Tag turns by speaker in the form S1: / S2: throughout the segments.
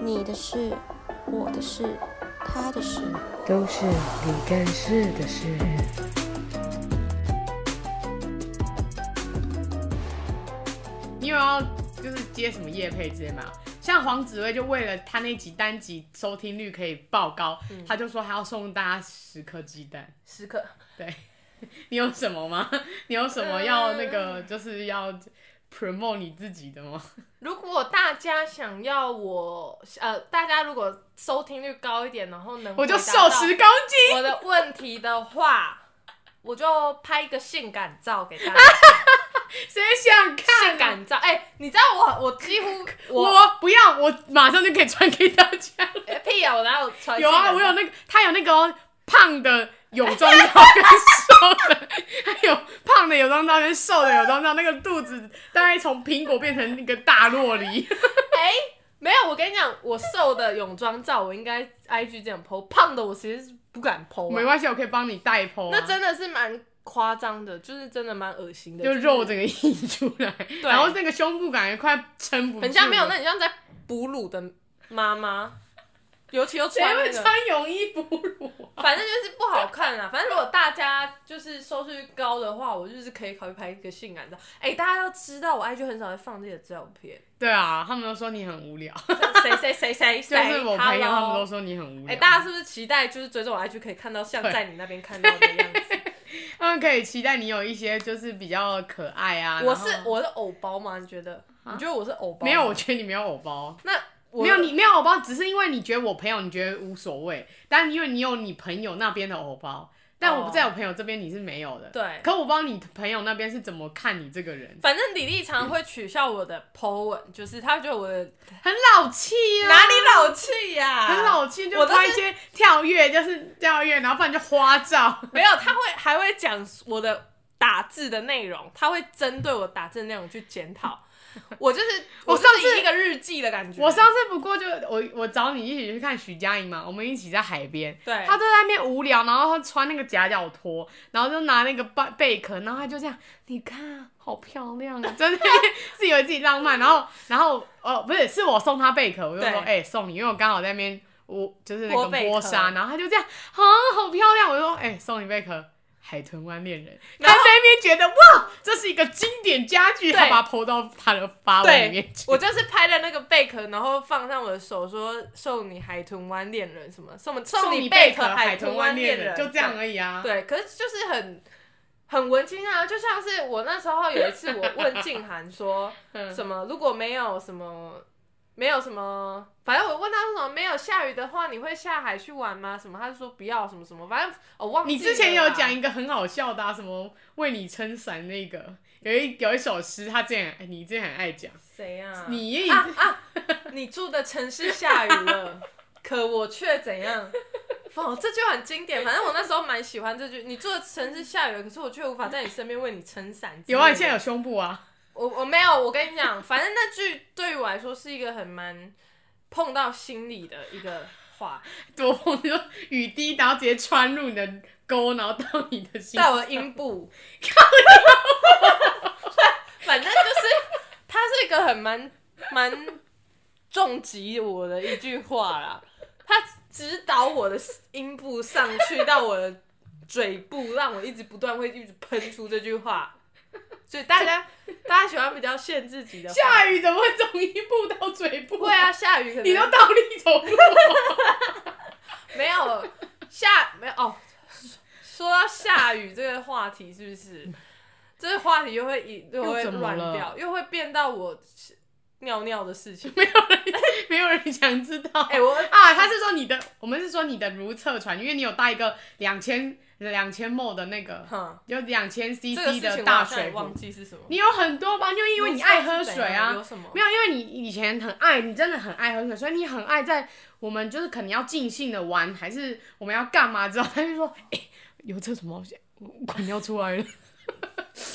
S1: 你的事、我的事、他的事。
S2: 都是你干事的事。
S3: 你有要就是接什么业配之类吗？像黄子薇就为了他那集单集收听率可以爆高，
S4: 嗯
S3: 他就说他要送大家十颗鸡蛋。
S4: 时刻
S3: 对， 你有什么吗？ 你有什么要那个
S4: 呃
S3: 就是要 promote 你自己的吗？
S4: 如果大家想要我，呃，大家如果收听率高一点，然后能
S3: 我就
S4: 回答
S3: 瘦
S4: 到
S3: 十公斤。
S4: 我的问题的话，我就拍一个性感照给大 家看。
S3: 谁想看？啊
S4: 性感照，哎、你知道我我几乎
S3: 我
S4: 我
S3: 不要，我马上就可以传给大家。
S4: 哎屁啊，我哪有穿性
S3: 有
S4: 感照？
S3: 啊，我有那个，他有那个哦、胖的泳装照跟瘦的，还有胖的泳装照跟瘦的泳装照，那个肚子大概从苹果变成一个大洛 梨。
S4: 哎、没有，我跟你讲，我瘦的泳装照我应该 IG 这样 PO，胖的我其实是不敢 PO，、啊、
S3: 没关系，我可以帮你代剖、啊。
S4: 那真的是蛮夸张的，就是真的蛮恶心的，
S3: 就肉
S4: 是
S3: 整个溢出来，然后那个胸部感觉快撑不住了，
S4: 很像没有，那很像在哺乳的妈 妈，尤其又
S3: 谁
S4: 穿那
S3: 会
S4: 个，
S3: 穿泳衣哺乳啊？
S4: 反正就是不好看啊。反正如果大家就是收视率高的话，我就是可以考虑拍一个性感照。哎、大家要知道，我 IG 很少在放这些照片，
S3: 对啊，他们都说你很无聊，
S4: 谁谁谁谁
S3: 就
S4: 谁，
S3: 是我朋友他们都
S4: 说。
S3: 说你很无
S4: 哎、
S3: 聊。
S4: 大家是不是期待就是追踪我 IG 可以看到像
S3: 对
S4: 在你那边看到的样子？
S3: 他们可以期待你有一些就是比较可爱啊。
S4: 我
S3: 然后
S4: 是我是偶包吗？你觉得？你觉得啊我是偶包吗？
S3: 没有，我觉得你没有偶包，
S4: 那我
S3: 没有你没有偶包，只是因为你觉得我朋友你觉得无所谓，但因为你有你朋友那边的偶包，但我
S4: 哦
S3: 不在我朋友这边你是没有的。
S4: 对
S3: 可我不知道你朋友那边是怎么看你这个人，
S4: 反正李丽常会取笑我的 po 文，就是他觉得我的
S3: 很老气啊，
S4: 哪里老气呀、
S3: 很老气，就
S4: 我都
S3: 拍一
S4: 是
S3: 些跳跃，就是跳跃，然后不然就花照。
S4: 没有，他会还会讲我的打字的内容，他会针对我打字的内容去检讨。 我就是
S3: 我
S4: 就
S3: 上
S4: 是
S3: 次
S4: 一个日记的感觉，
S3: 我上次不过就我我找你一起去看徐佳莹嘛，我们一起在海边，
S4: 对
S3: 她就在那边无聊，然后她穿那个夹脚拖，然后就拿那个贝贝壳，然后她就这样，你看好漂亮 啊，真的自以为自己浪漫，然后然后哦不是是我送她贝壳，我就说
S4: 对
S3: 哎、送你，因为我刚好在那边我就是那
S4: 剥
S3: 个
S4: 贝壳
S3: 剥沙，然后她就这样啊好漂亮，我就说哎、送你贝壳。海豚湾恋 人，她
S4: 然后
S3: 在那边觉得哇，这是一个经典佳句，她
S4: 对
S3: 把它抛到她的发文里面
S4: 对
S3: 去，。
S4: 我就是拍了那个贝壳，然后放上我的手说送你海豚湾恋人什么，送送
S3: 送你
S4: 贝
S3: 贝
S4: 壳
S3: 壳
S4: 海
S3: 海
S4: 豚
S3: 豚
S4: 湾
S3: 湾
S4: 恋
S3: 恋
S4: 人，
S3: 人，就这样
S4: 对
S3: 而已啊。
S4: 对，可是就是很很文青啊，就像是我那时候有一次，我问静涵说
S3: 嗯
S4: 什么，如果没有什么，没有什么，反正我问他说什么，没有下雨的话，你会下海去玩吗？什么，他就说不要什么什么，反正我、忘记
S3: 你之前
S4: 了
S3: 有
S4: 啦
S3: 讲一个很好笑的、啊，什么为你撑伞那个，有一有一首诗，他之前哎你之前很爱讲，
S4: 谁啊？
S3: 你一
S4: 啊啊，你住的城市下雨了，可我却怎样？哦，这句很经典，反正我那时候蛮喜欢这句。你住的城市下雨了，可是我却无法在你身边为你撑伞之类的。
S3: 有啊，你现在有胸部啊，
S4: 我我没有，我跟你讲，反正那句对于我来说是一个很蛮碰到心里的一个话，
S3: 多风就雨滴，然后直接穿入你的沟，然后到你的心
S4: 在。我的 阴部，反正就是它是一个很蛮蛮重击我的一句话啦，它指导我的阴部上去到我的嘴部，让我一直不断会一直喷出这句话，所以大家大家喜欢比较限制级的话，
S3: 下雨怎么会从一步到嘴部？
S4: 会啊，，下雨可能
S3: 你都倒立走路，
S4: 没有下没有哦。说到下雨这个话题，是不是这个话题又会一又会
S3: 又怎么
S4: 乱
S3: 了
S4: 掉，又会变到我尿尿的事情？
S3: 没有人想知道。
S4: 哎、我
S3: 啊，他是说你的，我们是说你的如厕船，因为你有带一个两千两千 ml 的那个，
S4: 哼，
S3: 有两千
S4: 这个
S3: CC
S4: 事情
S3: 的
S4: 我好
S3: 大
S4: 像也
S3: 水
S4: 忘
S3: 壶，
S4: 记是什么。
S3: 你有很多吧？就因为你爱喝水
S4: 有
S3: 啊，
S4: 什么？
S3: 没有，因为你以前很爱，你真的很爱喝水，所以你很爱在我们就是可能要尽兴的玩，还是我们要干嘛之后，他就说，哎、有这什么？我我尿出来了，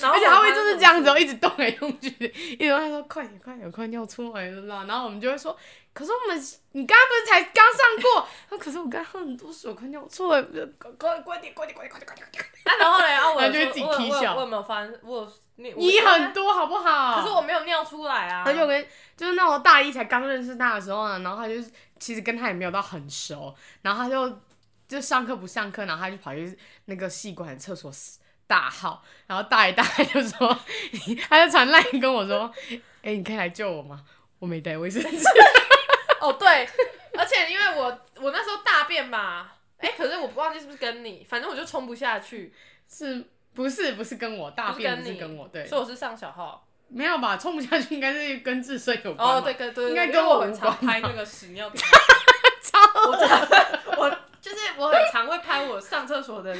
S4: 然 后
S3: 而且他会就是这样子，哦，一直动来动去，一直他说快点快点快点要出来了啦，然后我们就会说，哎可是我们你刚刚不是才刚上过， 他说可是我刚刚喝很多水，我快尿出来了，快快快点快点快点快点快点快点，
S4: 啊，然后嘞，啊，我
S3: 然
S4: 有
S3: 后就会自己
S4: 我有
S3: 踢
S4: 我有
S3: 笑
S4: 我有没有发现？我有你我
S3: 你很，多好不好？
S4: 可是我没有尿出来啊。
S3: 而且我跟就是那我大一才刚认识他的时候呢，然后他就是其实跟他也没有到很熟，然后他就就上课不上课，然后他就跑去那个系馆的厕所大号，然后大一大二就说， 他就传赖跟我说，哎、你可以来救我吗？我没带卫生纸，
S4: 哦对，而且因为我我那时候大便嘛，哎，可是我不忘记是不是跟你，反正我就冲不下去，
S3: 是不是不是跟我大
S4: 不是
S3: 便
S4: 跟
S3: 不
S4: 你，
S3: 是跟我对
S4: 所，以我是上小号。
S3: 没有吧？冲不下去应该是跟自身有关吧
S4: 哦，对，跟对，
S3: 应该
S4: 因
S3: 跟
S4: 为
S3: 我
S4: 我很
S3: 无
S4: 常
S3: 关
S4: 拍那
S3: 吧
S4: 个屎 尿屁，
S3: 超
S4: 我常我就是我很常会拍我上厕所的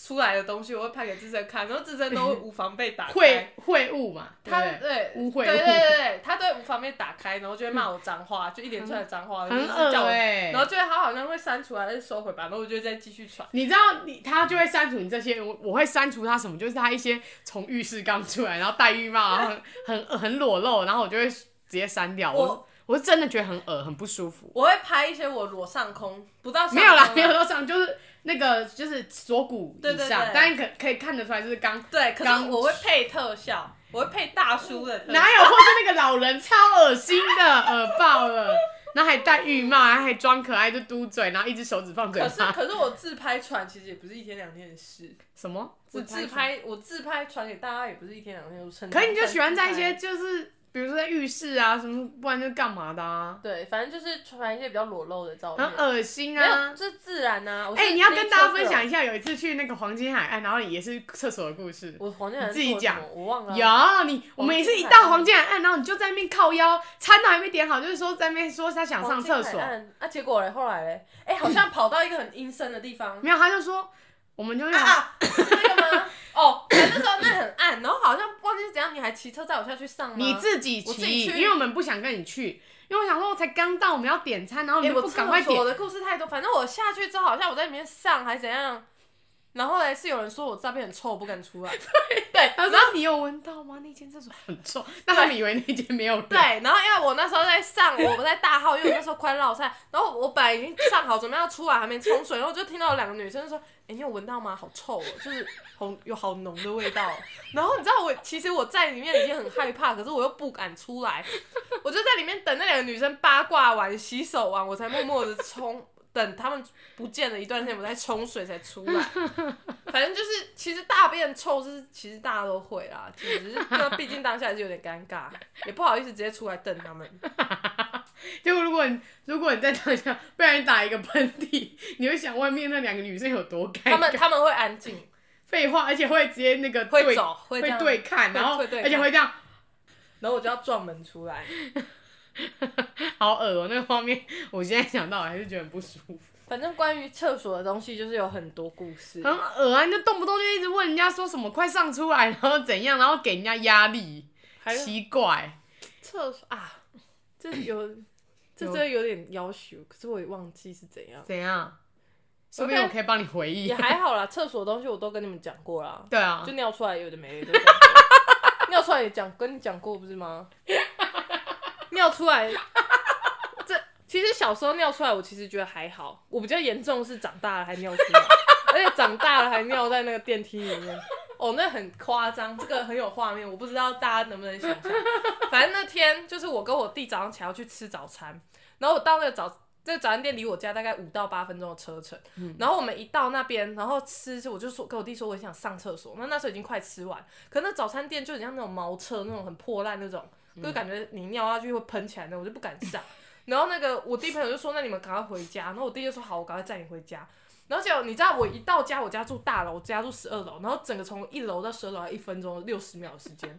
S4: 出来的东西，我会拍给志珍看，然后志 珍都会无防被打开。
S3: 会会物嘛，
S4: 他
S3: 对不对
S4: 对
S3: 污秽
S4: 对对对对，他对无方面打开，然后就会骂我脏话，就一连串的脏话，
S3: 嗯很
S4: 就是叫
S3: 恶
S4: 我，
S3: 欸
S4: 然后就会他好像会删除还是收回吧，然后我就会再继续传。
S3: 你知道你他就会删除你这些，我我会删除他什么？就是他一些从浴室刚出来，然后戴浴帽，然后很很很裸露，然后我就会直接删掉。我
S4: 我
S3: 我是真的觉得很恶，很不舒服。
S4: 我会拍一些我裸上空，不到上
S3: 没有啦，
S4: 空啊
S3: 没有多上，就是那个就是锁骨以
S4: 对对
S3: 上
S4: 对，
S3: 但可可以看得出来就是刚
S4: 对，可
S3: 刚
S4: 是我会配特效，我会配大叔的特效
S3: 哪，有，或是那个老人超恶心的，恶爆了。然后还戴浴帽，然后还装可爱就嘟嘴，然后一只手指放嘴
S4: 可是
S3: 巴。
S4: 可是我自拍传其实也不是一天两天的事，
S3: 什么？
S4: 我自拍我自拍传给大家也不是一天两天就成。
S3: 可是你就喜欢在一
S4: 趁
S3: 些就是比如说在浴室啊什么，不然就干嘛的啊？
S4: 对，反正就是传一些比较裸露的照
S3: 很
S4: 片，
S3: 恶心
S4: 嗯没有
S3: 啊！
S4: 这自然啊。我是
S3: 哎、你要
S4: nature
S3: 跟大家分
S4: girl
S3: 享一下，有一次去那个黄金海岸，然后也是厕所的故事。
S4: 我黄健
S3: 你自己
S4: 做什
S3: 讲
S4: 么我忘了。啊
S3: 有啊你，我们也是一
S4: 黄金海
S3: 到
S4: 岸
S3: 黄金海岸，然后你就在那边靠腰，餐都还没点好，就是说在那边说他想上厕
S4: 黄金
S3: 所
S4: 海，岸啊，结果嘞，后来嘞，哎、好像跑到一个很阴森的地方。
S3: 没有，他就说我们就是
S4: 啊啊，是那个吗？哦，那时候那很暗，然后好像忘记是怎样，你还骑车载我下去上吗？
S3: 你自己
S4: 我自己
S3: 骑，
S4: 去
S3: 因为我们不想跟你去，因为我想说我才刚到，我们要点餐，然后
S4: 哎、
S3: 你就
S4: 我
S3: 不
S4: 厕
S3: 赶快
S4: 所
S3: 点，
S4: 的故事太多，反正我下去之后，好像我在里面上还怎样，然后嘞是有人说我照片很臭，我不敢出来。对
S3: 他说你有闻到吗？那间厕所很臭，那他们以为那间没有人。
S4: 对，然后因为我那时候在上，我在大号，因为我那时候快落赛，然后我本来已经上好，准备要出来，还没冲水，然后我就听到有两个女生说：“哎、你有闻到吗？好臭哦，就是好有好浓的味道哦。”然后你知道我其实我在里面已经很害怕，可是我又不敢出来，我就在里面等那两个女生八卦完、洗手完，我才默默的冲。等他们不见了一段时间，我再冲水才出来。反正就是，其实大便臭是其实大家都会啦，只 是就毕竟当下还是有点尴尬，也不好意思直接出来瞪他们。
S3: 就如果你如果你在当下被人打一个喷嚏，你会想外面那两个女生有多尴尬。
S4: 他们他们会安静，
S3: 废话，而且会直接那个
S4: 会
S3: 对
S4: 走会
S3: 会
S4: 这样
S3: 对看，
S4: 会
S3: 然后
S4: 会对
S3: 而且
S4: 看
S3: 会这样，
S4: 然后我就要撞门出来。
S3: 好恶哦、那个画面，我现在想到还是觉得很不舒服，
S4: 反正关于厕所的东西，就是有很多故事。
S3: 很恶啊！你就动不动就一直问人家说什么快上出来，然后怎样，然后给人家压力，
S4: 还有
S3: 奇怪。
S4: 厕所啊，这有 这
S3: 有
S4: 真的有点要求，可是我也忘记是怎样。
S3: 怎样？说不定我可以帮你回忆啊
S4: 也。还好啦，厕所的东西我都跟你们讲过啦，
S3: 对啊
S4: 就，尿出来有的没的都讲过，尿出来也讲跟你讲过不是吗？ 尿出来，这其实小时候尿出来，我其实觉得还好，我比较严重是长大了还尿出来， 而且长大了还尿在那个电梯里面。哦，那很夸张，这个很有画面，我不知道大家能不能想象。反正那天就是我跟我弟早上起来要去吃早餐，然后我到那个早这个早餐店离我家大概五到八分钟的车程，然后我们一到那边，然后吃，我就说跟我弟说我很想上厕所，那那时候已经快吃完，可那早餐店就很像那种茅厕那种很破烂那种，就感觉你尿下去会喷起来那种，我就不敢上。然后那个我弟朋友就说那你们赶快回家，然后我弟就说好，我赶快载你回家。然后结果你知道我一到家，我家住大楼，我家住十二楼，然后整个从一楼到十二楼要一分钟六十秒的时间。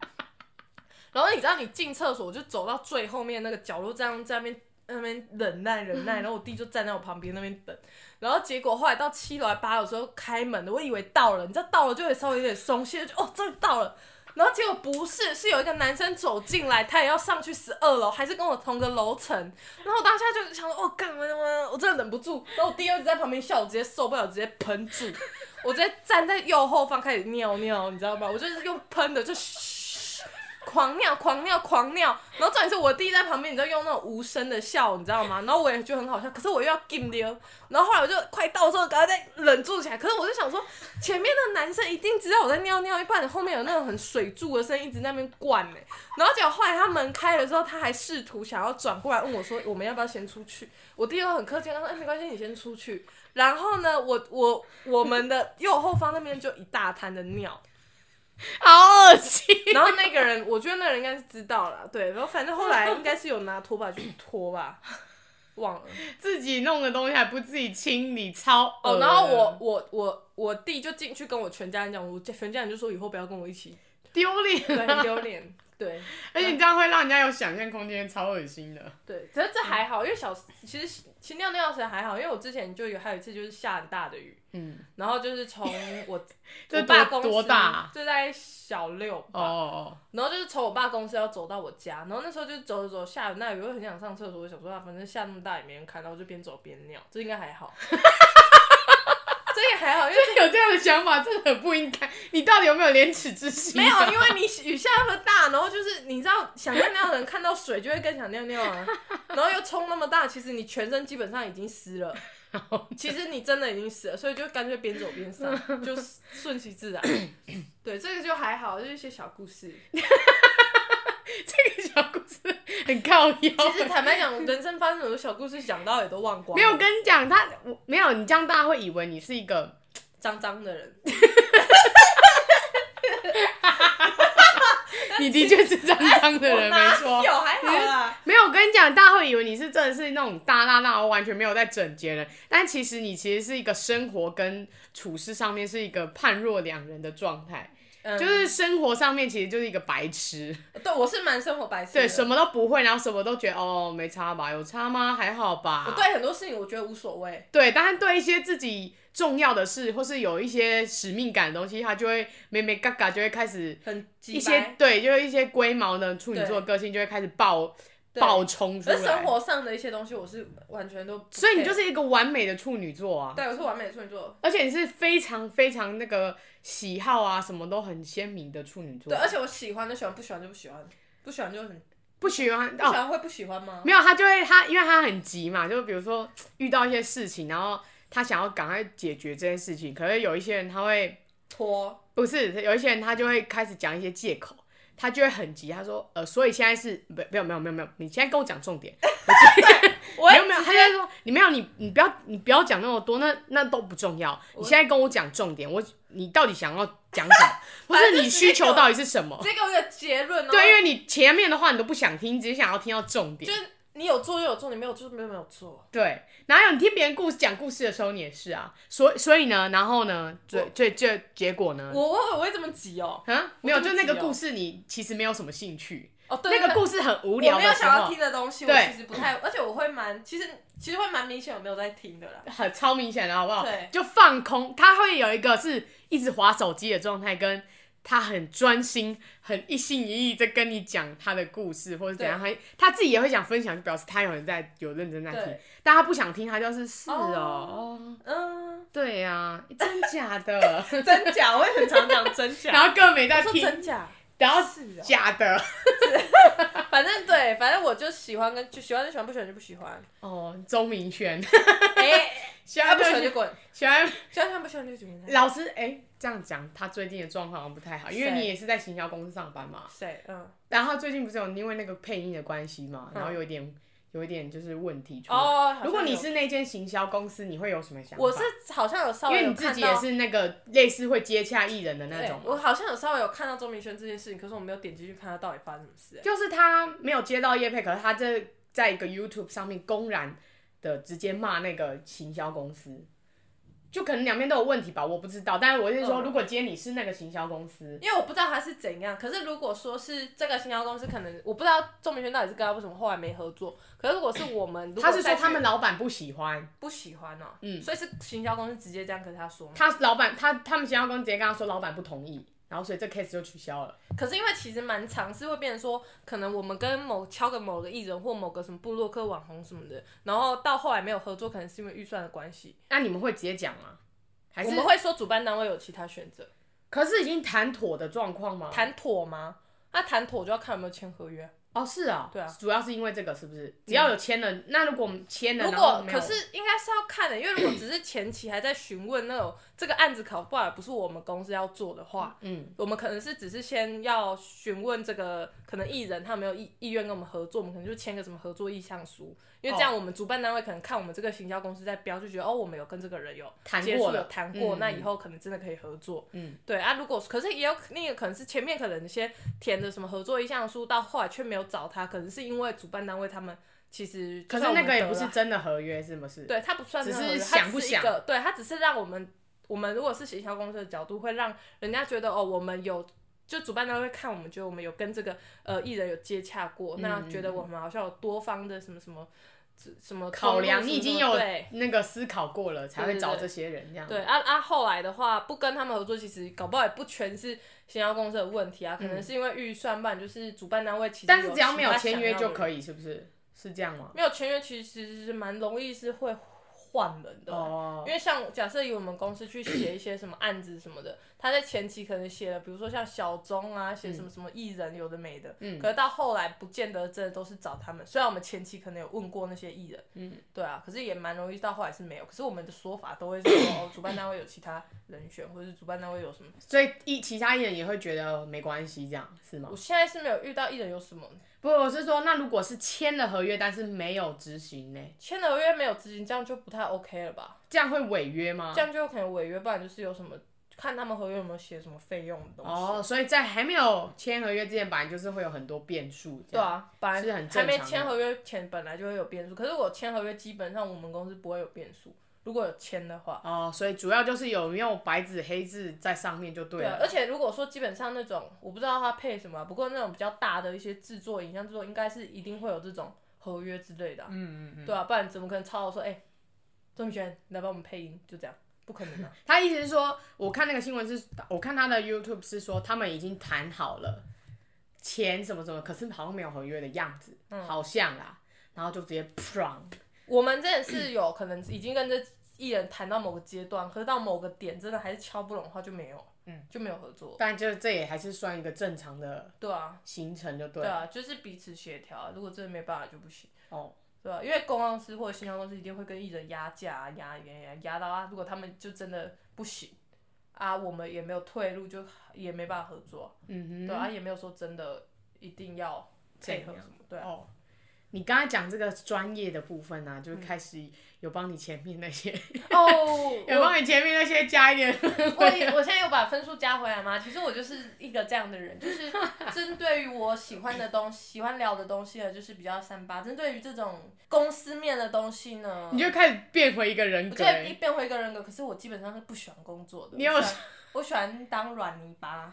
S4: 然后你知道你进厕所，我就走到最后面那个角落，这样在那边那边忍耐忍耐，然后我弟就站在我旁边那边等。然后结果后来到七楼还八楼的时候开门了，我以为到了，你知道到了就会稍微有点松懈，就哦终于到了。然后结果不是，是有一个男生走进来，他也要上去十二楼，还是跟我同个楼层。然后我当下就想说，哦，干嘛我我真的忍不住。然后我弟又在旁边笑，我直接受不了，直接喷住， 我直接站在右后方开始尿尿，你知道吗？我就是用喷的，就嘘，狂尿，狂尿，狂尿。然后重点是我弟在旁边，你知道用那种无声的笑，你知道吗？然后我也觉得很好笑，可是我又要禁溜。然后后来我就快到的时候，赶快再忍住起来。可是我就想说，前面的男生一定知道我在尿尿，一半后面有那种很水柱的声音一直在那边灌呢、然后结果后来他门开了之后，他还试图想要转过来问我说，我们要不要先出去？我弟又很客气，他说，哎、没关系，你先出去。然后呢，我我我们的右后方那边就一大滩的尿。
S3: 好恶心。
S4: 然后那个人，我觉得那个人应该是知道了，对。然后反正后来应该是有拿拖把去拖吧， 忘了。
S3: 自己弄的东西还不自己清理，超恶
S4: 哦，
S3: 的
S4: 然后我我我我弟就进去跟我全家人讲，我全家人就说以后不要跟我一起，
S3: 丢
S4: 对，
S3: 脸
S4: 很
S3: 啊，
S4: 丢脸，对
S3: 而且你这样会让人家有想象空间，超恶心的。
S4: 对。可是这还好，因为小其实其实尿尿时还好，因为我之前就有还有一次就是下很大的雨，
S3: 嗯，
S4: 然后就是从我
S3: 这
S4: 我爸
S3: 多
S4: 公司
S3: 多大啊
S4: 就在小六吧，
S3: 哦哦
S4: 然后就是从我爸公司要走到我家，然后那时候就走着走，下雨那雨，我就很想上厕所，我想说啊，反正下那么大也没人看，然后我就边走边尿，这应该还好， 这也还好，因 为
S3: 哦，有这样的想法真的很不应该。你到底有没有廉耻之心啊、
S4: 没有，因为你雨下那么大，然后就是你知道想尿尿的人看到水就会更想尿尿啊，然后又冲那么大，其实你全身基本上已经湿了，其实你真的已经湿了，所以就干脆边走边上，就顺其自然。对，这个就还好，就是一些小故事。
S3: 这个小故事很靠腰。
S4: 其实坦白讲，人生发生很多小故事，讲到也都忘光
S3: 没
S4: 了。
S3: 有我跟你讲，他我没有你这样，大家会以为你是一个
S4: 脏脏的 人，
S3: 你的确是脏脏的 人，没错。
S4: 有还好啦。
S3: 没有，我跟你讲，大家会以为你是真的是那种大辣辣，完全没有在整洁的人，但其实你其实是一个生活跟处事上面是一个判若两人的状态，
S4: 嗯
S3: 就是生活上面其实就是一个白痴，
S4: 对，我是蛮生活白痴的。
S3: 对，什么都不会，然后什么都觉得哦没差吧，有差吗？还好吧。
S4: 我对很多事情我觉得无所谓。
S3: 对，当然对一些自己重要的事，或是有一些使命感的东西，他就会没没嘎嘎，就会开始
S4: 很
S3: 一
S4: 鸡
S3: 些
S4: 掰，
S3: 对，就是一些龟毛的处女座的个性就会开始爆爆冲出
S4: 可
S3: 来。
S4: 是生活上的一些东西，我是完全都不 care，
S3: 所以你就是一个完美的处女座啊，
S4: 对，我是完美的处女座，
S3: 而且你是非常非常那个喜好啊，什么都很鲜明的处女座。
S4: 对，而且我喜欢就喜欢，不喜欢就不喜
S3: 哦
S4: 欢，不喜欢就很
S3: 不喜欢
S4: 不喜
S3: 哦，
S4: 欢会不喜欢吗？
S3: 没有他就会他，因为他很急嘛，就比如说遇到一些事情，然后他想要赶快解决这件事情，可是有一些人他会。
S4: 拖，
S3: 不是，有一些人他就会开始讲一些借口，他就会很急，他说，呃，所以现在是不，没有没有没有没有，你现在跟我讲重点，
S4: 我
S3: 没有没有，他就会说，你没有你你不要你不要讲那么多，那那都不重要，你现在跟我讲重点，我你到底想要讲什 么，或
S4: 反正
S3: 是
S4: 就
S3: 你
S4: 直
S3: 需
S4: 接
S3: 求
S4: 有
S3: 到底是什么？
S4: 这个我有结论哦，
S3: 对，因为你前面的话你都不想听，你只是想要听到重点
S4: 就。是你有做就有做，你没有就是没有没有做，
S3: 对，哪有你听别人故事讲故事的时候你也是啊，所以所以呢，然后呢，最最最结果呢？
S4: 我我我会这么急哦，
S3: 啊，没有，就
S4: 这么
S3: 那个
S4: 急哦
S3: 故事你其实没有什么兴趣。
S4: 哦对，
S3: 那个
S4: 对
S3: 故事很无
S4: 对
S3: 聊
S4: 我
S3: 的
S4: 没有
S3: 时
S4: 想要
S3: 候
S4: 听，的东西，我
S3: 对
S4: 其实不太，而且我会蛮，其实其实会蛮明显我没有在听的啦，
S3: 很超明显的好不好
S4: 对？
S3: 就放空，他会有一个是一直划手机的状态，跟他很专心、很一心一意在跟你讲他的故事或者怎样，他他自己也会想分享，就表示他有人在有认真在听
S4: 对，
S3: 但他不想听，他就是是哦，
S4: 哦
S3: 哦
S4: 嗯，
S3: 对呀、 真假的，
S4: 真假，我也很常讲真假，
S3: 然后更没在
S4: 说
S3: 听，
S4: 真假，
S3: 然后
S4: 是哦
S3: 假的，
S4: 反正对，反正我就喜欢跟就喜欢就喜欢，不喜欢就不喜 欢，
S3: 哦，钟明轩，
S4: 哎，
S3: 喜
S4: 他
S3: 欢
S4: 不喜欢就滚。
S3: 喜欢
S4: 喜欢他不喜欢就怎么样？
S3: 老师，哎、这样讲，他最近的状况好像不太好，因为
S4: 谁
S3: 你也是在行销公司上班嘛。
S4: 谁？嗯。
S3: 然后他最近不是有因为那个配音的关系嘛，
S4: 嗯
S3: 然后有一点有一点就是问题出来。
S4: 哦，
S3: 如果你是那间行销公司，你会有什么想法？
S4: 我是好像有稍
S3: 因
S4: 微
S3: 为
S4: 有
S3: 你自
S4: 看
S3: 己也
S4: 到，
S3: 是那个类似会接洽艺人的那
S4: 对
S3: 种，
S4: 我
S3: 嘛，
S4: 好像有稍微有看到周明轩这件事情，可是我没有点进去看他到底发生什么事。哎
S3: 就是他没有接到业配，可是他这在一个 YouTube 上面公然的直接骂那个行销公司。就可能两边都有问题吧，我不知道。但是我是说，
S4: 嗯
S3: 如果今天你是那个行销公司，
S4: 因为我不知道他是怎样，可是如果说是这个新销公司，可能我不知道周明轩到底是跟他为什么后来没合作。可是如果是我们，如果
S3: 他是说
S4: 再去
S3: 他们老板不喜欢，
S4: 不喜欢哦，
S3: 嗯
S4: 所以是行销公司直接这样跟他说吗？
S3: 他老板他他们行销公司直接跟他说老板不同意，然后所以这 case 就取消了。
S4: 可是因为其实蛮长，是会变成说，可能我们跟某敲个某个艺人或某个什么部落客网红什么的，然后到后来没有合作，可能是因为预算的关系，
S3: 那你们会直接讲吗？还是
S4: 我们？会说主办单位有其他选择，
S3: 可是已经谈妥的状况吗？
S4: 谈妥吗？那谈妥就要看有没有签合约。
S3: 哦，是啊，
S4: 对啊嗯
S3: 主要是因为这个是不是？只要有签了，那如果我们签了，
S4: 如
S3: 然后
S4: 果
S3: 没有
S4: 可是应该是要看的，因为如果只是前期还在询问那种这个案子考不好，不是我们公司要做的话，
S3: 嗯，
S4: 我们可能是只是先要询问这个可能艺人他没有意意愿跟我们合作，我们可能就签个什么合作意向书，因为这样
S3: 哦
S4: 我们主办单位可能看我们这个行销公司在标，就觉得哦我们有跟这个人有
S3: 谈
S4: 接
S3: 过
S4: 触
S3: 了
S4: 有谈过，
S3: 嗯
S4: 那以后可能真的可以合作。
S3: 嗯，
S4: 对啊，如果可是也有另一个可能是前面可能先填的什么合作意向书，到后来却没有找他，可能是因为主办单位他们其实
S3: 可
S4: 就是算我
S3: 那
S4: 们
S3: 个也
S4: 得
S3: 不是
S4: 了
S3: 真的合约，是不是？，
S4: 对，它不算
S3: 只
S4: 任何
S3: 是
S4: 人
S3: 想
S4: 它
S3: 不
S4: 只是一
S3: 想
S4: 个对，它只是让我们，我们如果是行销公司的角度，会让人家觉得哦，我们有，就主办单位看我们，觉得我们有跟这个呃艺人有接洽过，
S3: 嗯
S4: 那觉得我们好像有多方的什么什么什什么
S3: 考量
S4: 通路
S3: 你已经
S4: 什么
S3: 有
S4: 对。
S3: 那个思考过了，才会找
S4: 对对对
S3: 这些人这样。
S4: 对，啊啊！后来的话，不跟他们合作，其实搞不好也不全是行销公司的问题啊，可能是因为预算办，就是主办单位其实
S3: 嗯但是只要没有
S4: 有
S3: 签约就
S4: 以，
S3: 可以，是不是？是这样吗？
S4: 没有签约其实是蛮容易是会换人的欸
S3: 哦
S4: 因，为像假设以我们公司去写一些什么案子什么的，他在前期可能写了，比如说像小钟啊，写什么什么艺人有的没的，嗯，可是到后来不见得真的都是找他们。虽然我们前期可能有问过那些艺人，嗯，对啊，可是也蛮容易到后来是没有。可是我们的说法都会是说，哦，主办单位有其他人选，或者是主办单位有什么。
S3: 所以一其他艺人也会觉得没关系，这样是吗
S4: 我？现在是没有遇到艺人有什么
S3: 不，我是说，那如果是签了合约，但是没有执行呢，
S4: 签了合约没有执行，这样就不太 OK 了吧？
S3: 这样会违约吗
S4: 这？样就可能违约，不然就是有什么看他们合约有没有写什么费用的东西。
S3: 哦，所以在还没有签合约之前，本来就是会有很多变数。这
S4: 对
S3: 样，
S4: 啊，本来
S3: 是很
S4: 还
S3: 正
S4: 没
S3: 常
S4: 签
S3: 的
S4: 合约前本来就会有变数，可是我签合约基本上我们公司不会有变数，如果有签的话。
S3: 哦，所以主要就是有没有白纸黑字在上面就对
S4: 对
S3: 了。，
S4: 啊而且如果说基本上那种我不知道他配什么啊，不过那种比较大的一些制作、影像制作，应该是一定会有这种合约之类的、嗯嗯嗯。对啊，不然怎么可能超我说，哎、钟宇轩，你来帮我们配音，就这样，不可能啊。
S3: 他意思是说，我看那个新闻是，哦我看他的 YouTube 是说他们已经谈好了钱什么什么，可是好像没有合约的样子，好像啦，然后就直接 prong，
S4: 我们真的是有可能已经跟这艺人谈到某个阶段，可是到某个点真的还是敲不拢的话就没有，嗯，就没有合作。
S3: 但就是这也还是算一个正常的
S4: 对啊，
S3: 行程就对
S4: 对
S3: 了。
S4: 啊，就是彼此协调啊、如果真的没办法就不行，
S3: 哦，
S4: 对吧、因为公关公司或者新销公司一定会跟艺人压价、啊、压压压压到啊，如果他们就真的不行啊，我们也没有退路，就也没办法合作，
S3: 嗯
S4: 对啊，也没有说真的一定要配合
S3: 怎样
S4: 什么，对
S3: 哼，
S4: 啊。嗯
S3: 哦。你刚才讲这个专业的部分呢、啊，就开始有帮你前面那 些，
S4: 哦，
S3: 有
S4: 我
S3: 帮你前面那些加一点。
S4: 我也我现在有把分数加回来吗？其实我就是一个这样的人，就是 针对于我喜欢的东西、喜欢聊的东西呢，就是比较三八；针对于这种公司面的东西呢，
S3: 你就开始变回一个人
S4: 我
S3: 格
S4: 觉
S3: 欸、
S4: 得一变回一个人格，可是我基本上是不喜欢工作的。
S3: 你有
S4: 我喜欢我喜欢当软泥巴，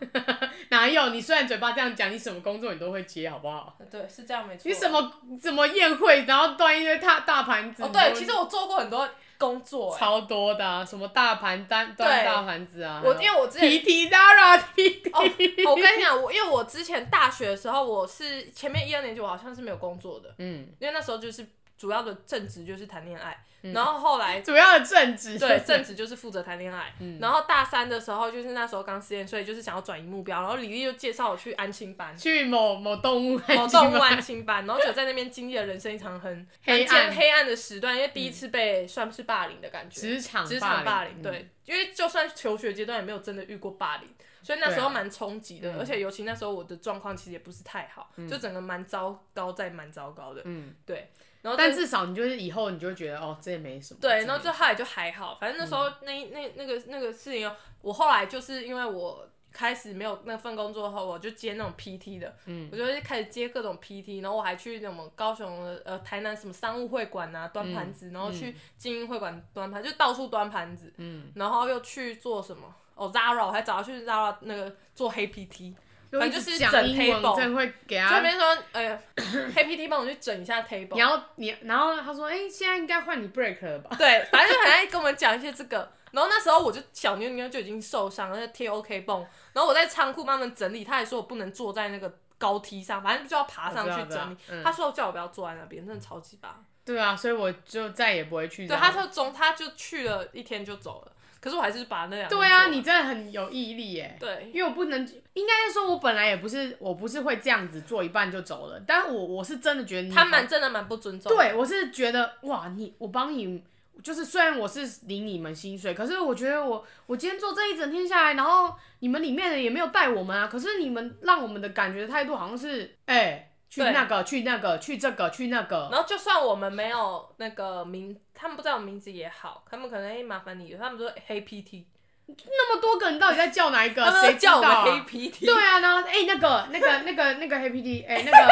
S3: 哪有？你虽然嘴巴这样讲，你什么工作你都会接，好不好？
S4: 对，啊是这样没错。
S3: 你什？么什么宴会，然后端一堆大大盘子？
S4: 哦，
S3: 你
S4: 对，
S3: 都
S4: 其实我做过很多工作、欸，
S3: 超多的、啊，什么大盘单端大盘子啊，
S4: 我
S3: 还
S4: 因
S3: 有
S4: 为我之前
S3: 提提拉拉提 提，
S4: 哦，我跟你讲，我因为我之前大学的时候，我是前面一二年级我好像是没有工作的，
S3: 嗯，
S4: 因为那时候就是主要的正职就是谈恋爱，然后后来
S3: 主要的嗯正职嗯
S4: 对，正职就是负责谈恋爱。然后大三的时候，就是那时候刚失恋，所以就是想要转移目标。然后李丽就介绍我去安亲班，
S3: 去某某动 物
S4: 某
S3: 某
S4: 动物安亲班，然后就在那边经历了人生 一场很
S3: 黑暗
S4: 蛮
S3: 嗯
S4: 艰黑暗的时段，因为第一次被算是霸凌的感觉，
S3: 职场
S4: 职场霸凌，
S3: 凌，嗯
S4: 对，因为就算求学阶段也没有真的遇过霸凌，所以那时
S3: 对啊
S4: 候蛮冲击的，而且尤其那时候我的状况其实也不是太好，就整个蛮糟糕，再蛮糟糕的，
S3: 嗯，
S4: 对，然后
S3: 但
S4: 就。
S3: 至少你就是以后你就会觉得哦，这也没什么。
S4: 对，
S3: 这
S4: 然后
S3: 没
S4: 就后来就还好，反正那时候那那那个那个事情，我后来就是因为我开始没有那份工作后，我就接那种 PT 的，嗯，我就开始接各种 PT，然后我还去那种高雄的呃台南什么商务会馆啊端盘子，然后去精英会馆端盘，就到处端盘子，嗯，然后又去做什么哦 Zara，我还找他去 Zara 那个做黑 PT，
S3: 就
S4: 反
S3: 一
S4: 正就
S3: 直
S4: 是
S3: 讲
S4: 整
S3: 英
S4: table
S3: 文，真的会给
S4: 就那
S3: 他。
S4: 边说哎呀 黑 PT 帮我去整一下 table，
S3: 你要你，然后他说，哎、现在应该换你 break 了吧？
S4: 对，反正就很爱跟我们讲一些这个。然后那时候我就小妞妞就已经受伤，了，贴 OK 绷，然后我在仓库帮他们整理，他还说我不能坐在那个高梯上，反正就要爬上
S3: 我
S4: 去
S3: 知道
S4: 整理
S3: 我知道。嗯
S4: 他说叫我不要坐在那边，真的超级棒。
S3: 对啊，所以我就再也不会去这
S4: 对，
S3: 样。
S4: 他说中他就去了一天就走了，可是我还是把那两
S3: 对啊，
S4: 天做
S3: 你真的很有毅力耶。
S4: 对
S3: 因为我不能，应该是说我本来也不是，我不是会这样子做一半就走了，但我我是真的觉得你
S4: 他
S3: 好
S4: 蛮真的蛮不尊重。，
S3: 对，我是觉得哇，你我帮你，就是虽然我是领你们薪水，可是我觉得我我今天做这一整天下来，然后你们里面的也没有带我们啊，可是你们让我们的感觉态度好像是，哎、去
S4: 对
S3: 那个去那个去这个去那个，
S4: 然后就算我们没有那个名，他们不知道我名字也好，他们可能哎麻烦你了，他们说黑 PT，
S3: 那么多个人到底在叫哪一个
S4: 他？们
S3: 谁
S4: 都
S3: 知
S4: 叫我
S3: 道
S4: 们
S3: 啊
S4: 黑 PT。
S3: 对啊，然后哎、那个那个那个那个黑 PD，哎、 那个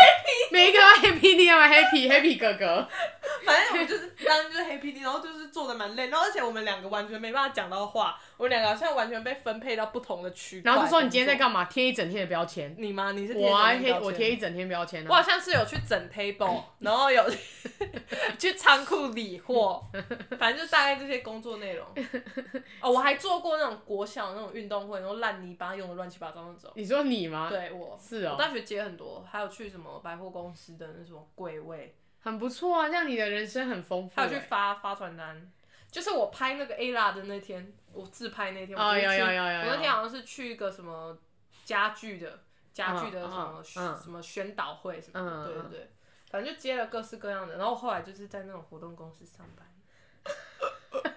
S3: 每一个黑 PD 要买黑皮黑皮哥哥，
S4: 反正我们就是当时就是黑 PD，然后就是做的蛮累，然后而且我们两个完全没办法讲到话，我们两个好像完全被分配到不同的区块。
S3: 然后就说你今天在
S4: 嘛？
S3: 干嘛？贴一整天的标签，
S4: 你吗？你是
S3: 我啊
S4: 还
S3: 贴我贴一整天标签
S4: 我
S3: 啊
S4: 好。像是有去 整 table，然后有 去仓库理货，反正就大概这些工作内容。哦，我还做过那种国小那种运动会，然后烂泥巴用的乱七八糟那种。
S3: 你说你吗？，
S4: 对我，
S3: 是哦
S4: 我大学接很多，还有去什么百货公司的那什么柜位，
S3: 很不错啊，这样你的人生很丰富、
S4: 还
S3: 欸。
S4: 有去发发传单。就是我拍那个 A 啦的那天，我自拍那天，
S3: 哦
S4: 我就是去
S3: 有有有有有
S4: 我那天好像是去一个什么家具的家具的什么、
S3: 嗯嗯
S4: 什么宣导会什么
S3: 嗯
S4: 的，对对对，反正就接了各式各样的。然后后来就是在那种活动公司上 班，
S3: 快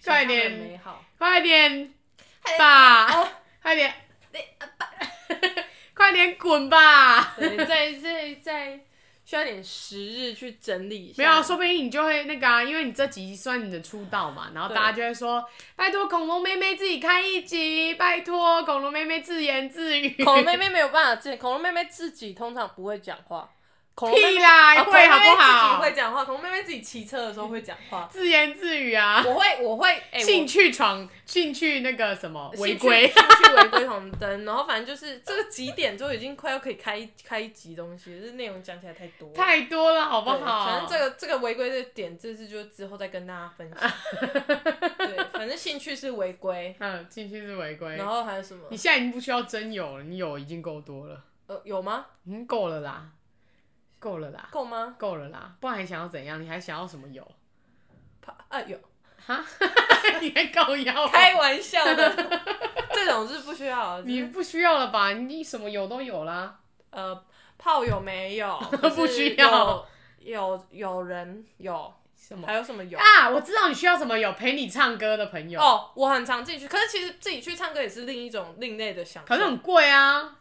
S4: 想象的美
S3: 点，
S4: 好，
S3: 快点
S4: 哦
S3: 吧，快点，
S4: 呃
S3: 快点滚 吧！
S4: 对在在在需要点时日去整理一下。
S3: 没有啊，说不定你就会那个啊，因为你这集算你的出道嘛，然后大家就会说，拜托恐龙妹妹自己开一集，拜托恐龙妹妹自言自语。
S4: 恐龙妹妹没有办法自，恐龙妹妹自己通常不会讲话。恐龙妹妹
S3: 屁啦，
S4: 啊
S3: 会好不
S4: 恐龙妹妹自己
S3: 好。
S4: 会？讲话，恐龙妹妹自己骑车的时候会讲话
S3: 自言自语啊，
S4: 我会，我会，哎、我
S3: 兴趣闯，兴趣那个什么违
S4: 兴趣。
S3: 规
S4: 兴趣违规红灯，然后反正就是这个几点就已经快要可以开一开一集东西了，这内容讲起来太多了，
S3: 太多了，好不
S4: 对
S3: 好？
S4: 反正这个这个违规的点，这次就之后再跟大家分 享。对，反正兴趣是违规，
S3: 嗯，进去是违规。
S4: 然后还有什么
S3: 你？现在已经不需要真有了，你有已经够多了，
S4: 呃，有吗？
S3: 已经嗯够了啦，够了啦，
S4: 够吗？
S3: 够了啦，不然还想要怎样？你还想要什么有？
S4: 啪啊，有，
S3: 哈， 你还够要？
S4: 开玩笑的， 这种是不需要的。
S3: 你不需要了吧？你什么有都有啦。，
S4: 呃，炮友没有
S3: 不需要
S4: 可是有。有有人有，
S3: 什么
S4: 还有什么有？
S3: 啊？我知道你需要什么有陪你唱歌的朋友，
S4: 哦，我很常自己去，可是其实自己去唱歌也是另一种另类的享受。
S3: 可是很贵啊，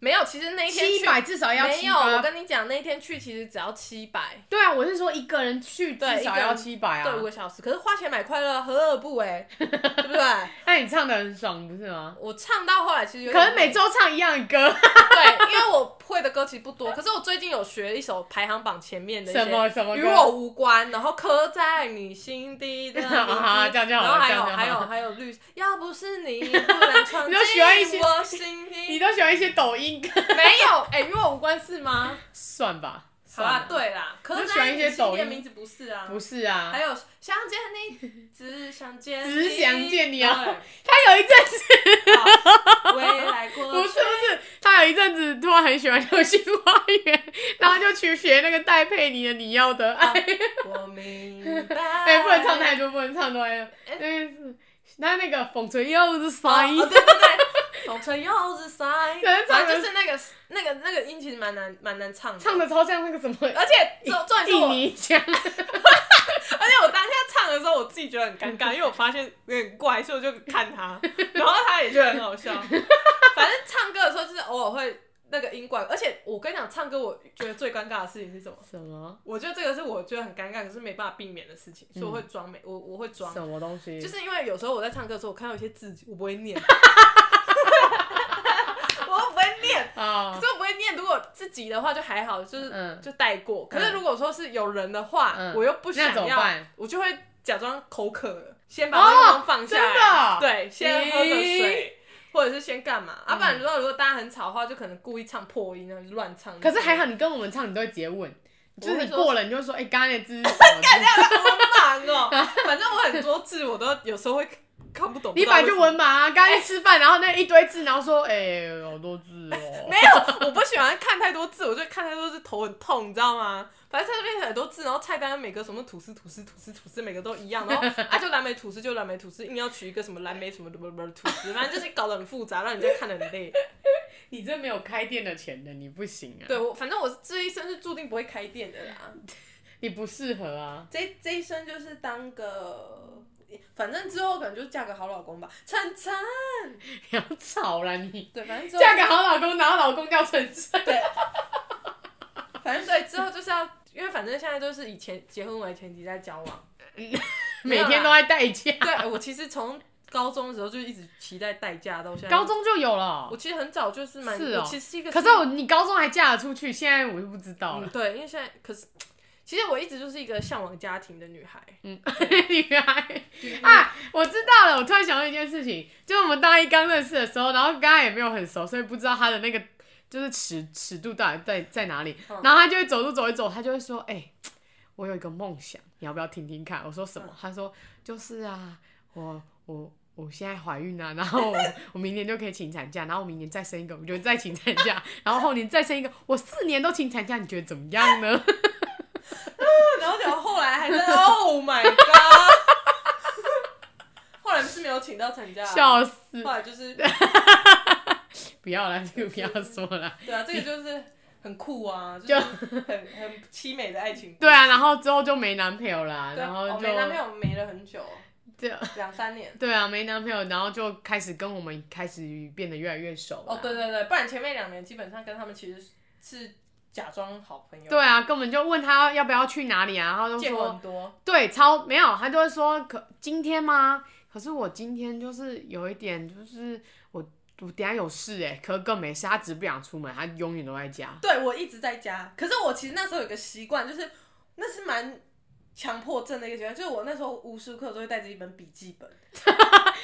S4: 没有，其实那一天
S3: 七
S4: 去
S3: 百至少要
S4: 没
S3: 七
S4: 有，我
S3: 百。
S4: 跟你讲，那一天去其实只要七百，
S3: 对啊，我是说一个人去至
S4: 对一
S3: 少
S4: 个人
S3: 要七百啊
S4: 对，五。个小时。可是花钱买快乐，何乐而 不为？对不对？
S3: 那你唱的很爽，不是吗？
S4: 我唱到后来其实有
S3: 可
S4: 点
S3: 能每周唱一样的歌，
S4: 对，因为我会的歌其实不多，可是我最近有学一首排行榜前面的一些
S3: 什么什么歌
S4: 与我无关，然后刻在你心底的名 字，
S3: 啊这样就好了
S4: 然后还
S3: 这
S4: 有
S3: 样就好了
S4: 还有还有绿，要不是你不能 闯
S3: 你
S4: 进
S3: 都喜欢一些
S4: 我 心
S3: 你
S4: 底，
S3: 都喜欢一些抖音歌，
S4: 没有哎，与我无关是吗？
S3: 算吧。
S4: 好
S3: 算
S4: 啦
S3: 了，，
S4: 对啦，刻
S3: 就喜欢
S4: 在
S3: 一
S4: 你
S3: 些
S4: 心
S3: 抖
S4: 底的
S3: 音
S4: 名字不是啊，
S3: 不是啊，
S4: 还有想见你，只想见你，
S3: 只想见你啊
S4: 对！
S3: 他有一阵子，
S4: 好未来
S3: 不
S4: 过
S3: 是不
S4: 去，
S3: 是，他有一阵子突然很喜欢流星花园，然后就去学那个戴佩妮的《你要的
S4: 啊
S3: 爱》
S4: 我明白。
S3: 哎哎、不能唱太多，不能唱太多，因为是他那个风吹又是啥音
S4: 哦，？对对 对，红唇柚子塞
S3: 可能，唱
S4: 反
S3: 的
S4: 正就是那个那个那个音其实蛮难蛮难唱的，
S3: 唱的超像那个什么
S4: 而且呃重重点是我
S3: 印，尼腔，
S4: 而且我当下唱的时候，我自己觉得很 尴尬，因为我发现有点怪，所以我就看他，然后他也觉得很 好笑。反正唱歌的时候就是偶尔会那个音怪，而且我跟你讲，唱歌我觉得最尴尬的事情是什么？
S3: 什么
S4: 我觉得这个是我觉得很尴尬，可是没办法避免的事情，所以我会装没，我我会装，
S3: 什么东西？
S4: 就是因为有时候我在唱歌的时候，我看到一些字我不会念， 我不会念。
S3: 啊、
S4: 可是我不会念，如果自己的话就还好，就是、
S3: 嗯
S4: 就带过。可是如果说是有人的话，
S3: 嗯
S4: 我又不
S3: 那怎
S4: 想
S3: 么
S4: 要
S3: 办，哦
S4: 我就会假装口渴了，先把麦克风放下
S3: 真的哦
S4: 来，对，先喝个
S3: 咦嗯
S4: 水，或者是先干嘛？啊，不然如果如果大家很吵的话，就可能故意唱破音，然后就乱唱。
S3: 可是还好，你跟我们唱，你都会直接问，就是
S4: 会
S3: 你
S4: 说
S3: 过了，你就说，哎、刚才那只是什 么字？
S4: 好忙哦。反正我很多字我都有时候会看不懂。
S3: 你
S4: 不知道
S3: 本来
S4: 为什
S3: 就
S4: 么
S3: 文盲啊，刚才吃饭，然后那一堆字，然后说，哎、 好多字哦。
S4: 没有，我不喜欢看太多字，我就看太多字头很痛，你知道吗？反正它那边很多字，然后菜单每个什么吐司、吐司、吐司、吐司，每个都一样，然后啊就蓝莓吐司就蓝莓吐司，硬要取一个什么蓝莓什么什么什么吐司，反正就是搞得很复杂，让人家看得很累。
S3: 你这没有开店的钱的，你不行啊，
S4: 对我，反正我这一生是注定不会开店的啦，
S3: 你不适合啊。
S4: 这这一生就是当个。反正之后可能就嫁个好老公吧，晨晨。
S3: 不要吵啦你。
S4: 对，反啊正之后
S3: 嫁个好老公，然后老公叫陈生。
S4: 对，反正对之后就是要，因为反正现在都是以前结婚为前提在交往， 没
S3: 每
S4: 有啦
S3: 天都在代驾。
S4: 对我其实从高中的时候就一直期待代驾到现在。
S3: 高，中就有了
S4: 啊我，其实很早就是蛮，
S3: 是哦
S4: 我其实是一个，
S3: 可是我你高中还嫁得出去，现在我就不知道
S4: 嗯
S3: 了。
S4: 对，因为现在可是。其实我一直就是一个向往家庭的女孩，
S3: 嗯，女孩 啊，我知道了。我突然想到一件事情，就是我们大一刚认识的时候，然后刚刚也没有很熟，所以不知道他的那个就是尺尺度到底在在哪里。
S4: 嗯
S3: 然后他就会走路走一走，他就会说：“哎、我有一个梦想，你要不要听听看？”我说：“什么？”他说：“就是啊，我我。”我现在怀孕了、然后我 我明年就可以请产假，然后我明年再生一个，我就再请产假，然后后年再生一个，我四年都请产假，你觉得怎么样呢？
S4: 然后结果后来还真的，Oh my god！后来是没有请到产假， 啊
S3: 笑死！
S4: 后来就是
S3: 不要了，这个不要说了。
S4: 对啊，这个就是很酷 啊，就
S3: 就是
S4: 很很凄美的爱情。
S3: 对啊，然后之后就没男朋友啦，
S4: 对，
S3: 然后
S4: 我
S3: 就
S4: 没男朋友没了很久，
S3: 对
S4: 两三年。
S3: 对啊，没男朋友，然后就开始跟我们开始变得越来越熟啦。
S4: 哦，对对对，不然前面两年基本上跟他们其实是假装好朋友，
S3: 对啊，根本就问他要不要去哪里啊，然后就
S4: 见过
S3: 说
S4: 很多。
S3: 对，超没有，他就会说可今天吗？可是我今天就是有一点，就是我我等一下有事哎、可是更没事，他只是不想出门，他永远都在家。
S4: 对我一直在家，可是我其实那时候有个习惯，就是那是蛮强迫症的一个习惯，就是我那时候无时无刻都会带着一本笔记本，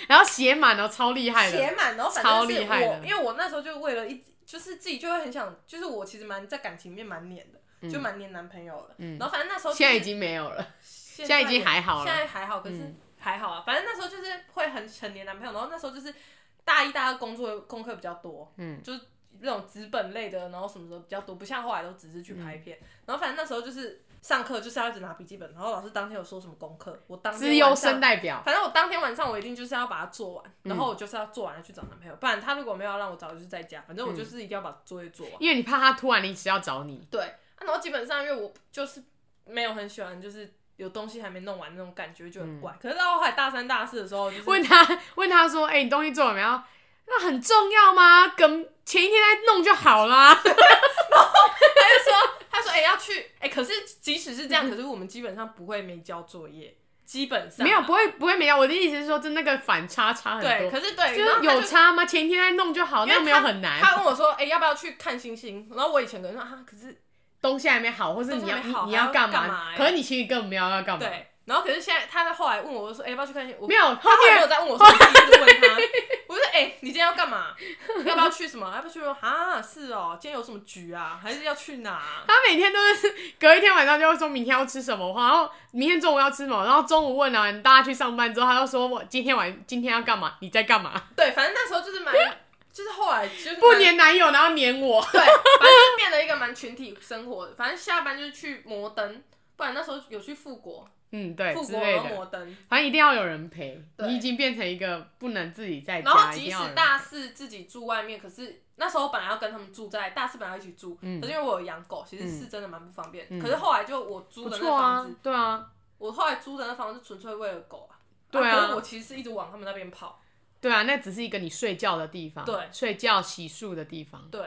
S3: 然后写满了，超厉害
S4: 写
S3: 的。
S4: 满，然后反
S3: 超
S4: 正是
S3: 厉害
S4: 我
S3: 的，
S4: 因为我那时候就为了一，就是自己就会很想，就是我其实蛮在感情面蛮黏的。就蛮黏男朋友了，然后反正那时候就是
S3: 嗯现在已经没有了，
S4: 现
S3: 在已经还好了
S4: 现在还好，可是
S3: 嗯
S4: 还好啊。反正那时候就是会很很黏男朋友，然后那时候就是大一、大二工作功课比较多，
S3: 嗯，
S4: 就是那种资本类的，然后什么的比较多，不像后来都只是去
S3: 嗯
S4: 拍片。然后反正那时候就是上课就是要一直拿笔记本，然后老师当天有说什么功课，我当
S3: 资
S4: 天
S3: 优
S4: 哦晚上
S3: 生代嗯表。
S4: 反正我当天晚上我一定就是要把它做完，然后我就是要做完了去找男朋友，不然他如果没有要让我找，我就是在家，
S3: 嗯
S4: 反正我就是一定要把作业做完。
S3: 因为你怕他突然临时要找你，
S4: 对、啊，然后基本上因为我就是没有很喜欢，就是有东西还没弄完那种感觉就很怪。可是到后来大三大四的时候，就是
S3: 嗯问他 问他说：“哎、你东西做了没有？那很重要吗？跟前一天再弄就好啦。
S4: 他说：“哎、要去哎、可是即使是这样，可是我们基本上不会没交作业，基本”上啊
S3: 没有，不会不会没有。我的意思是说，就那个反差差很
S4: 对，
S3: 多。
S4: 可是对，
S3: 就
S4: 然后
S3: 是
S4: 他
S3: 有差吗？前一天再弄就好，
S4: 因为
S3: 那没有很难。
S4: 他问我说：“哎、要不要去看星星？”然后我以前可能说：“啊，可是
S3: 东西还没好，或是你要
S4: 东西还
S3: 你
S4: 没好
S3: 你
S4: 还要
S3: 要干
S4: 干嘛
S3: 嘛？
S4: 欸
S3: 可是你其实根本没有要干嘛。
S4: 对。”然后可是现在他在后来问我，我就说：“哎、要不要去看星星？”
S3: 嗯
S4: 我
S3: 没有后
S4: 他后来
S3: 面
S4: 没有再 问我，我第一次问他，我就说：“哎、你今天要干嘛？要不要去什么？要不要去什么？啊，是哦，今天有什么局啊？还是要去哪、
S3: 他每天都是隔一天晚上就会说明天要吃什么，然后 明天中午要吃什么，然后中午问啊，你大家去上班之后，他就说我今天晚今天要干嘛？你在干嘛？
S4: 对，反正那时 候就是蛮，就是后来就是蛮
S3: 不粘男友，然后粘我。
S4: 对，反正就变了一个蛮群体生活的。反正下班就是去摩登，不然那时候有去富国，
S3: 嗯，对，
S4: 富
S3: 之
S4: 国
S3: 类
S4: 然后
S3: 的，
S4: 摩登。
S3: 反正一定要有人陪。
S4: 对
S3: 你已经变成一个不能自己在
S4: 然后
S3: 家，一定
S4: 即
S3: 要有
S4: 使
S3: 人
S4: 大四自己住外面，可是那时候本来要跟他们住在大四本来要一起住，
S3: 嗯
S4: 可是因为我有养狗，其实是真的蛮不方便。
S3: 嗯
S4: 可是后来就我租
S3: 不
S4: 的那
S3: 错
S4: 房
S3: 啊
S4: 子，，
S3: 对啊，
S4: 我后来租的那房子纯粹为了狗啊。
S3: 对啊
S4: 可是我其实是一直往他们那边跑，
S3: 对啊，那只是一个你睡觉的地方，
S4: 对
S3: 睡觉洗漱的地方，
S4: 对，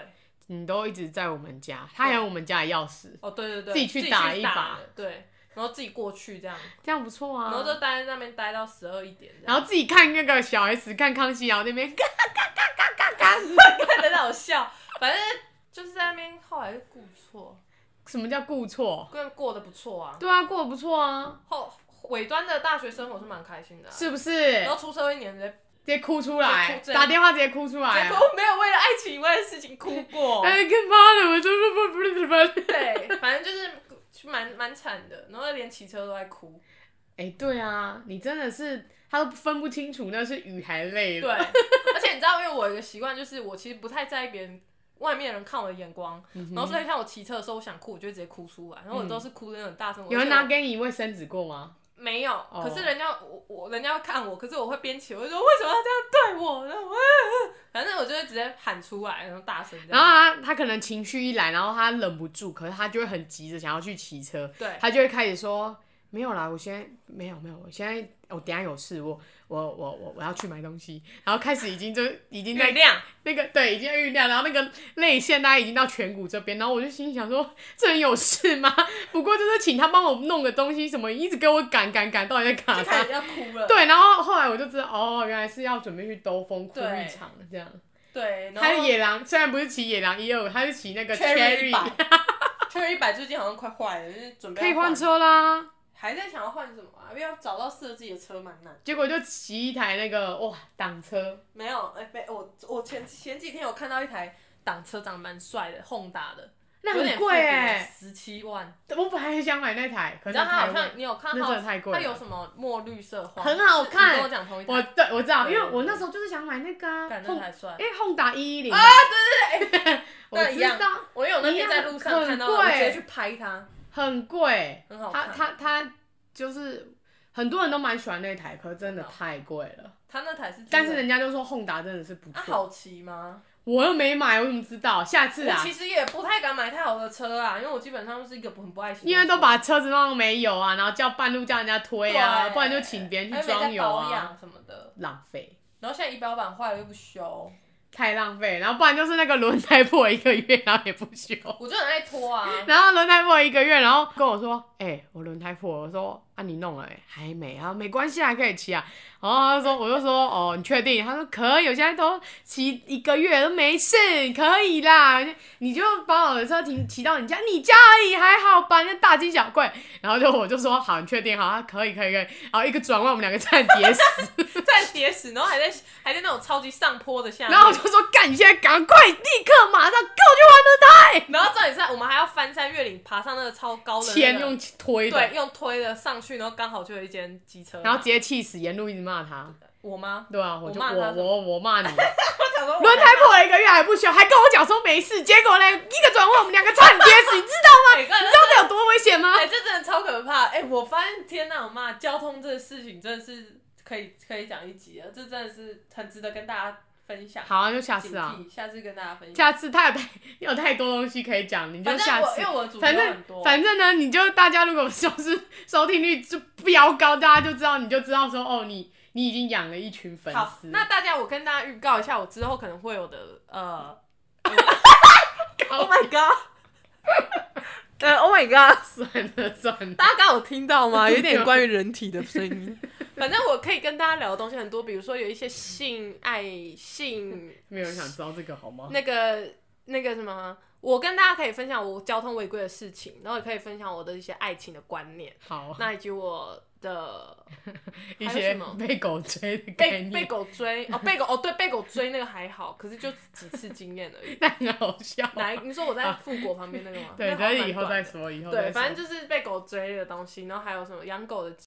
S3: 你都一直在我们家，他还有我们家的钥匙，
S4: 哦对对对，
S3: 自己去打一把
S4: 的对，然后自己过去这样，
S3: 这样不错啊。
S4: 然后就待在那边待到十二一点这样，
S3: 然后自己看那个小 S 看康熙，然后那边
S4: 看得到我笑，反正就是在那边后来就过不错，
S3: 什么叫顾错？
S4: 过过得不错啊。
S3: 对啊，过得不错啊，
S4: 后尾端的大学生活是蛮开心的啊、
S3: 是不是
S4: 然？后出社会一年直接，
S3: 直接哭出
S4: 直接
S3: 来
S4: 哭，这样
S3: 打电话直接哭出来
S4: 结
S3: 啊。
S4: 果没有为了爱情以外的事情哭过。
S3: 哎，干嘛呢？我就是不不不不不。
S4: 对，反正就是蛮蛮惨的，然后连骑车都在哭。
S3: 哎、对啊，你真的是他都分不清楚那是雨还泪
S4: 对，
S3: 了。
S4: 而且你知道，因为我有一个习惯，就是我其实不太在意别人外面人看我的眼光，然后所以像我骑车的时候，我想哭，我就会直接哭出来，然后我都是哭的那种大声。
S3: 有
S4: 而
S3: 人
S4: 且
S3: 拿
S4: 我
S3: 给你一卫生纸过吗？
S4: 没有，可是人家我我人家要看我，可是我会边骑，我就说为什么要这样对我？然后我、啊啊反正我就会直接喊出来，然后大声这
S3: 然后
S4: 样。
S3: 他他可能情绪一来，然后他忍不住，可是他就会很急着想要去骑车，
S4: 对
S3: 他就会开始说没有啦，我现在没有没有，我现在我等一下有事，我我我我我要去买东西，然后开始已经就已经在
S4: 月亮，
S3: 那个对已经在酝酿，然后那个泪腺大概已经到颧骨这边，然后我就心里想说这人有事吗？ 不过就是请他帮我弄个东西，什么一直给我赶赶赶，到底在
S4: 就
S3: 赶
S4: 开
S3: 啥
S4: 始？要哭了。
S3: 对，然后后来我就知道哦，原来是要准备去兜风哭
S4: 对
S3: 一场这样。
S4: 对，然
S3: 他是
S4: 后
S3: 野狼，虽然不是骑野狼一二五，他是骑那个
S4: 呃 Cherry
S3: Cherry，
S4: 一百 ，Cherry 一百最近好像快坏了，就是准备
S3: 可以
S4: 要
S3: 换，车啦。
S4: 还在想要换什么啊？因为要找到适合自己的车蛮难。
S3: 结果就骑一台那个哇挡车，
S4: 没有，哎、没，我我前前几天有看到一台挡车长得蛮帅的，Honda 的，
S3: 那
S4: 有
S3: 很
S4: 点
S3: 贵哎、
S4: 十七万。
S3: 我本来也想买那台，可
S4: 你
S3: 是
S4: 知道它
S3: 太
S4: 好像
S3: 贵。
S4: 你有看
S3: 那
S4: 到
S3: 真的太贵了
S4: 它有什么墨绿色花，
S3: 很好
S4: 是
S3: 看
S4: 你跟我讲同一台，
S3: 我对我知道，因
S4: 对
S3: 为
S4: 对
S3: 我那
S4: 对
S3: 时候就是想买那个啊，
S4: 感觉
S3: 轰
S4: 才帅
S3: 哎。轰打一一零啊，对
S4: 哎那
S3: 对
S4: 一
S3: 对， 我
S4: 样
S3: 知道，
S4: 我有那天在路上看到，
S3: 一样
S4: 我
S3: 很贵
S4: 直接去拍它，
S3: 很贵，
S4: 很好
S3: 他
S4: 看。
S3: 他他就是很多人都蛮喜欢那台，可是真的太贵了。
S4: 它那台是真的，
S3: 但是人家就说轰达真的是不
S4: 它
S3: 错，
S4: 啊好骑吗？
S3: 我又没买，我怎么知道？下次啊
S4: 我，其实也不太敢买太好的车啊，因为我基本上是一个很不爱骑的人，
S3: 因为都把车子弄没油啊，然后叫半路叫人家推啊，
S4: 对
S3: 不然就请别人去
S4: 还
S3: 装
S4: 没
S3: 油
S4: 在保
S3: 啊，
S4: 养什么的。
S3: 浪费，
S4: 然后现在仪表板坏了又不修，
S3: 太浪费。然后不然就是那个轮胎破一个月，然后也不修。
S4: 我就很爱拖 啊。
S3: 然后轮胎破一个月，然后跟我说：“哎、我轮胎破了。”我说：“啊，你弄了、欸？还没啊？没关系啊，还可以骑啊。”然后他说：“我就说哦，你确定？”他说：“可以，我现在都骑一个月都没事，可以啦。你就把我的车停骑到你家，你家而已，还好吧？那大惊小怪。”然后就我就说：“好，你确定？好，他啊可以，可以，可以。”然后一个转弯，我们两个差点跌死。
S4: 在铁死，然后还在还在那种超级上坡的下面，
S3: 然后我就说：“干，你现在赶快，立刻，马上给我去换轮胎。”
S4: 然后重点是我们还要翻山越岭爬上那个超高的、那个，
S3: 钱用推的，
S4: 对用推的上去，然后刚好就有一间机车，
S3: 然后直接气死，沿路一直骂他。
S4: 我妈，
S3: 对啊，我就
S4: 我骂他
S3: 我
S4: 什么
S3: 我我骂你， 轮
S4: 我想说
S3: 胎破了一个月还不修，还跟我讲说没事，结果呢，一个转弯我们两个差点跌死，你知道吗？
S4: 每个人
S3: 你知道这有多危险吗？
S4: 哎、这真的超可怕！哎、我发现天呐，我妈交通这个事情真的是可以可以讲一集了，这真的是很值得跟大家分享。
S3: 好啊，就下
S4: 警
S3: 次
S4: 惕，
S3: 啊，
S4: 下次跟大家分享。
S3: 下次他有太有太多东西可以讲，你就
S4: 反
S3: 下
S4: 正我
S3: 次
S4: 因为。我的主题
S3: 反
S4: 有
S3: 正
S4: 很多，
S3: 反正呢，你就大家如果收视收听率就飙高，大家就知道，你就知道说哦，你你已经养了一群粉
S4: 好，
S3: 丝。
S4: 那大家我跟大家预告一下，我之后可能会有的呃，Oh my god，呃，Oh my god，
S3: 算了算了，
S4: 大家刚有听到 吗？有点关于人体的声音。 反正我可以跟大家聊的东西很多，比如说有一些性爱性
S3: 没有人想知道这个好吗？
S4: 那个那个什么，我跟大家可以分享我交通违规的事情，然后也可以分享我的一些爱情的观念，
S3: 好，
S4: 那以及我的
S3: 一
S4: 还有
S3: 些
S4: 什么
S3: 被狗追的概
S4: 被
S3: 念，
S4: 被狗追哦，被狗哦对，被狗追那个还好，可是就几次经验 而已。
S3: 那很好笑啊。
S4: 哪一？你说我在富国旁边那个吗？
S3: 对，
S4: 那好像
S3: 但
S4: 蛮
S3: 是以后
S4: 短
S3: 再
S4: 的。
S3: 说，以后再说
S4: 对，反正就是被狗追的东西，然后还有什么养狗的